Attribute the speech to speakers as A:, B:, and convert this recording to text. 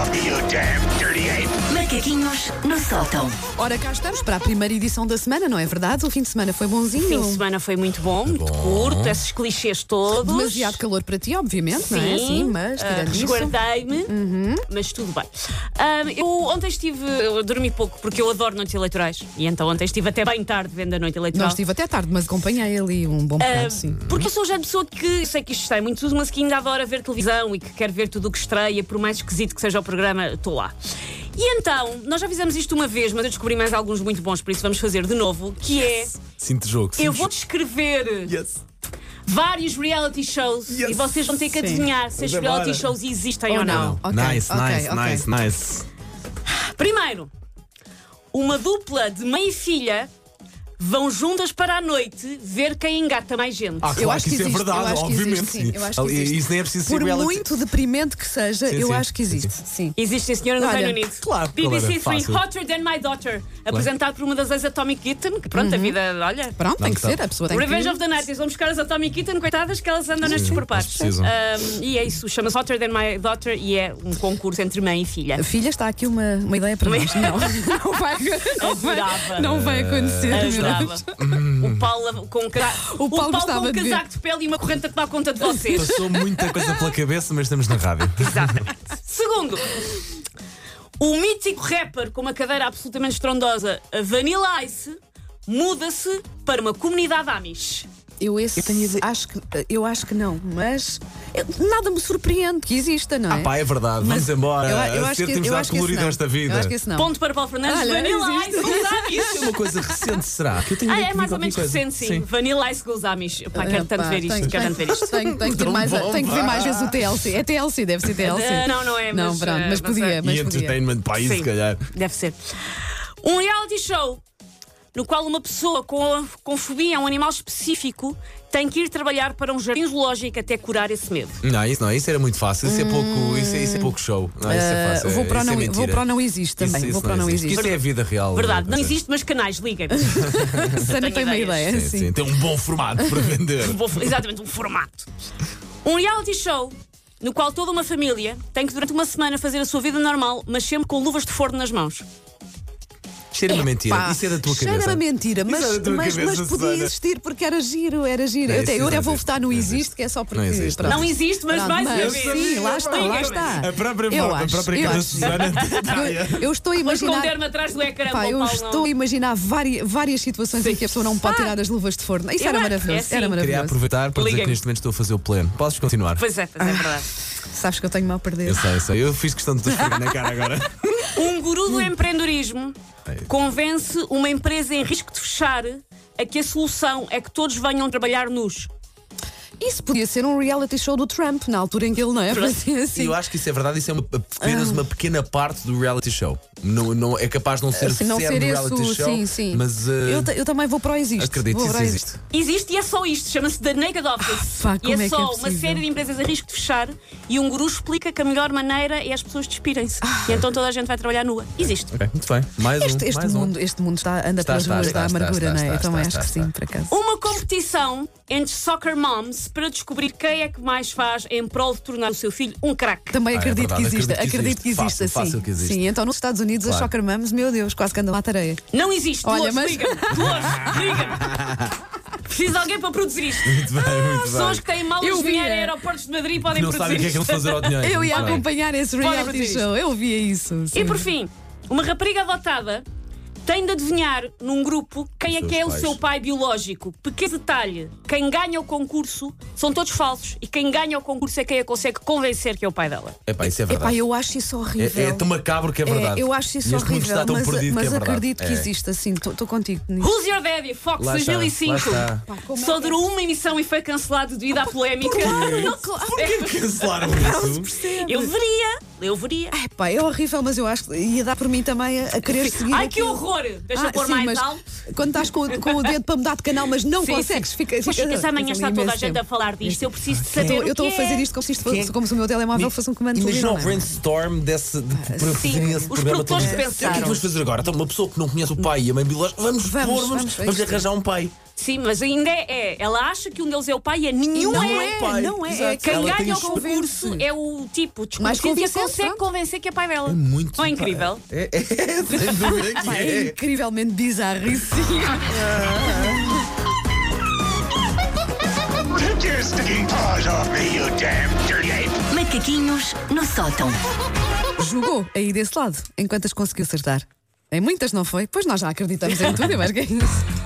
A: Jam 38.
B: Macaquinhos no sótão.
C: Ora, cá estamos para a primeira edição da semana, não é verdade? O fim de semana foi bonzinho.
D: fim de semana foi muito bom, muito curto, esses clichês todos.
C: Demasiado calor para ti, obviamente, não é? Sim, mas
D: ah,
C: tirando isso. Uhum.
D: resguardei-me, mas tudo bem. Ahm, eu ontem estive, eu dormi pouco porque eu adoro noites eleitorais e então ontem estive até bem tarde vendo a noite eleitoral.
C: Não estive até tarde, mas acompanhei ali um bom bocado,
D: Ah,
C: sim.
D: Porque eu sou o género de pessoa que sei que isto está em muito uso, mas que ainda adora ver televisão e que quer ver tudo o que estreia, por mais esquisito que seja o programa, estou lá. E então, nós já fizemos isto uma vez, mas eu descobri mais alguns muito bons, por isso vamos fazer de novo, que
E: Sinto jogo.
D: é,
E: sinto
D: eu vou
E: jogo.
D: descrever
E: Yes.
D: vários reality shows e vocês vão ter que
C: Sim.
D: adivinhar se estes reality shows existem ou, não.
C: Ok,
E: nice,
C: ok,
E: nice,
C: ok.
E: nice, nice.
D: Primeiro, uma dupla de mãe e filha vão juntas para a noite ver quem engata mais gente.
E: Ah, claro
C: Eu acho
E: que
C: que
E: isso
C: existe,
E: é verdade,
C: eu acho que
E: obviamente.
C: existe, sim, eu acho que
E: Ali-
C: existe.
E: Isso nem é preciso
C: Por
E: ser reality.
C: muito deprimente que seja,
E: Sim,
C: eu
E: sim,
C: acho que
E: sim,
C: existe. Sim.
D: Existe sim, senhora no
C: Olha,
D: Reino Unido.
E: claro,
D: BBC
E: qual era?
D: 3,
E: é Fácil.
D: Hotter Than My Daughter, apresentado por uma das ex-Atomic Kitten, que pronto, a vida, olha.
C: Uhum. Pronto, tem que
E: tá.
C: ser, a pessoa tem que
D: Revenge of the Night, eles vão buscar as Atomic Kitten, coitadas, que elas andam nestes preparos.
E: elas precisam.
D: Ahm, e é isso, chama-se Hotter Than My Daughter e é um concurso entre mãe e filha.
C: Filha, está aqui uma, uma ideia para nós. Não, não vai, não Ah, vai,
D: Adorava.
C: não vai acontecer. meu Deus.
D: Ajudava. O Paulo com um casaco, o
C: Tá, Paulo
D: Paulo com
C: gostava
D: um
C: de ver.
D: casaco de pele e uma corrente a tomar conta de vocês.
E: Passou muita coisa pela cabeça, mas estamos na rádio.
D: Exatamente. Segundo, o mítico rapper com uma cadeira absolutamente estrondosa, a Vanilla Ice, muda-se para uma comunidade Amish.
C: Eu, esse, acho que, eu acho que não, mas eu- nada me surpreende que exista, não é?
E: Ah, pá, é verdade. Vamos embora. a ser temos dado colorido
C: não.
E: esta vida.
C: Eu acho que esse não.
D: Ponto para Paulo Fernandes,
C: Olha,
D: Vanilla
C: existe.
D: Ice goes
E: É
D: Amish.
E: uma coisa recente, será? Que eu tenho
D: Ah,
E: lido
D: é mais ou
E: qualquer
D: menos
E: coisa.
D: recente, sim. Vanilla Ice goes Amish. Pá,
C: Ah,
D: quero
C: pá,
D: tanto ver isto,
C: tenho-
D: quero tanto ver isto.
C: Tenho, tenho que ir
E: Tão
C: mais,
E: bom,
C: tenho que ver
E: pá.
C: mais vezes o TLC. É TLC, deve ser TLC.
D: Ah, não, não é,
C: Não,
D: mas,
C: pronto,
D: ah,
C: mas
D: mas
C: podia,
D: é.
C: mas
E: E
C: podia.
E: entertainment para isso,
D: Sim.
E: se calhar.
D: Deve ser. Um reality show no qual uma pessoa com, com fobia a um animal específico tem que ir trabalhar para um jardim zoológico até curar esse medo.
E: Não, isso não, isso era muito fácil. Isso é pouco, isso é, isso é pouco show. Não, isso é fácil.
C: Hum. Ah, vou, para o
E: isso é
C: não,
E: mentira.
C: vou para o não existe também.
E: Isso,
C: vou
E: isso
C: para o não existe.
E: Isso é a vida real.
D: Verdade, não
E: Sim.
D: existe, mas canais, liguem
C: Sana
D: Tenho
C: tem uma
D: ideias.
C: ideia. é assim.
E: Sim,
C: Sim,
E: sim. Tem um bom formato para vender.
D: Vou- Exatamente, um formato. Um reality show no qual toda uma família tem que durante uma semana fazer a sua vida normal, mas sempre com luvas de forno nas mãos.
E: Cheira uma mentira.
C: Pá,
E: Isso é da tua
C: cheira
E: cabeça.
C: a mentira, mas,
E: Isso é da tua
C: mas,
E: cabeça,
C: mas podia
E: Susana.
C: existir porque era giro, era giro.
E: Não,
C: eu até,
E: isso
C: eu até
E: não
C: vou
E: existe,
C: votar no
E: não
C: existe,
E: existe.
C: que é só porque.
E: Não existe,
C: pronto.
D: Não existe, mas
C: Pronto,
D: vai
C: mas
D: saber.
C: sim, lá está, lá
D: Liguem-me.
C: está.
E: A própria,
C: Eu
E: a
C: acho,
E: própria
C: eu
E: cara da
C: acho.
E: Susana está-
C: Eu, eu estou a
D: Mas com o
C: imaginar.
D: dermo atrás do ecrã,
C: Pá,
D: para o
C: eu
D: Paulo
C: estou a imaginar vari- várias situações em que a pessoa não pode
D: Ah.
C: tirar as luvas de forno. Isso
D: Eu
C: era
D: acho-
C: maravilhoso.
D: é assim.
C: Era
E: Queria
C: maravilhoso.
E: aproveitar para dizer
D: Liguem-me.
E: que neste momento estou a fazer o pleno. Podes continuar?
D: Pois é, pois é verdade.
C: Sabes que eu tenho mal a perder.
E: Eu sei, eu sei. Eu fiz questão de te esfregar na cara agora.
D: Um guru do empreendedorismo
E: É.
D: convence uma empresa em risco de fechar a que a solução é que todos venham trabalhar nus.
C: Isso podia ser um reality show do Trump, na altura em que ele não é. Fazia assim.
E: Eu acho que isso é verdade, isso é uma-
C: Ah.
E: apenas uma pequena parte do reality show. Não, não, é capaz de não ser
C: Se Assim, não
E: cerne
C: ser
E: do
C: esse,
E: reality
C: o-
E: show.
C: sim, sim.
E: Mas uh,
C: eu, ta- eu também vou para o Existe.
E: acredito
C: vou
E: que
C: para
E: isso
C: o
E: existe.
D: Existe e é só isto, chama-se The Naked Office.
C: pá, como
D: e
C: é que
D: é
C: é
D: só uma
C: possível?
D: série de empresas a risco de fechar e um guru explica que a melhor maneira é as pessoas despirem-se.
C: Ah.
D: E então toda a gente vai trabalhar nua. Existe.
E: Ok, muito bem. Mais
C: Este,
E: um.
C: este
E: mais
C: mundo, este mundo está, anda
E: Está,
C: pelas
E: está,
C: ruas
E: está,
C: da
E: está,
C: amargura,
E: está,
C: não é?
E: está,
C: Eu também
E: está,
C: acho que
E: está,
C: sim, por acaso.
D: Uma competição entre soccer moms para descobrir quem é que mais faz em prol de tornar o seu filho um craque.
C: Também
E: Ah, é
C: acredito que
E: verdade,
C: exista, acredito
E: acredito
C: que
E: que
C: exista,
E: existe. Fácil,
C: sim.
E: fácil que existe.
C: Sim, então nos Estados Unidos as
E: Claro.
C: soccer mums, meu Deus, quase que andam à tareia.
D: Não existe.
C: Olha,
D: Dolores,
C: mas-
D: liga-me. Dolores, liga-me. Precisa de alguém para produzir isto. Ah,
E: um. Muito bem, muito
D: Pessoas
E: bem.
D: que têm malas
C: Eu
D: de dinheiro
C: via.
D: em aeroportos de Madrid podem
E: Não
D: produzir
E: sabem o que é que
D: isto.
E: ele fazer ao dinheiro.
C: Eu ia
E: Muito bem.
C: acompanhar esse
D: Podem
C: reality
D: fazer isto.
C: show, eu via isso.
D: E
C: sim.
D: por fim, uma rapariga adotada tem de adivinhar num grupo quem é
E: Os
D: que é
E: seus
D: o
E: pais.
D: seu pai biológico. Pequeno detalhe: quem ganha o concurso são todos falsos e quem ganha o concurso é quem a consegue convencer que é o pai dela.
E: Epá, isso é
C: Epá,
E: verdade.
C: eu acho isso horrível.
E: É, é tão macabro que é verdade.
C: É, eu acho isso
E: E este mundo
C: horrível,
E: está tão
C: mas,
E: perdido
C: mas
E: que é verdade.
C: acredito que
E: É.
C: exista, sim, estou contigo nisso.
D: Who's Your Daddy? Fox
E: Lá está,
D: 2005.
E: lá está.
C: é
D: Só durou uma emissão e foi cancelado devido à polémica.
E: Cancelaram isso.
D: Eu veria, eu veria.
C: Epá, é horrível, mas eu acho que ia dar por mim também a, a querer seguir.
D: Ai que
C: aquilo.
D: horror! Deixa
C: Ah,
D: eu pôr
C: sim,
D: mais
C: mas
D: alto.
C: Quando estás com, o- com o dedo para mudar de canal, mas não
D: Sim,
C: consegues,
D: sim.
C: fica,
D: Pois,
C: fica-
D: essa manhã
C: ficas
D: está
C: ali
D: toda a
C: imenso
D: gente
C: tempo.
D: a falar disto. Eu preciso de saber.
C: Tô-
D: o
C: eu
D: que
C: estou a
D: é.
C: fazer isto como se, isto fosse, como se o meu telemóvel fosse um comando
E: Imagina o
C: telefone, não é? Ah,
E: brainstorm desse, de, para
C: sim,
E: fazerem esse
D: os
E: programa todo.
D: produtores
E: O que é que
D: pensaram.
E: vamos fazer agora? Então, uma pessoa que não conhece o pai e a mãe biológica, vamos,
C: Vamos,
E: pôr, vamos,
C: vamos,
E: vamos,
C: vamos
E: arranjar um pai.
D: Sim, mas ainda é. é. Ela acha que um deles é o pai e a nenhum
C: Não
D: é.
C: é, não é. Quem
E: Exato.
D: Quem
E: Ela tem
D: ganha o
E: os-
C: convence.
D: concurso é o tipo
C: Mais
D: desconhecido e a
C: convincente,
D: consegue
C: pronto.
D: convencer que é pai dela.
E: É muito.
D: Não é incrível?
E: É, é, é, sem dúvida que
C: Pá, é
E: é.
C: incrivelmente bizarro isso.
A: Take your sticking paws off me, you damn dirty ape!
B: Macaquinhos no sótão.
C: Jogou aí desse lado, enquanto as conseguiu acertar. Em muitas não foi, pois nós já acreditamos em tudo, eu acho que é isso.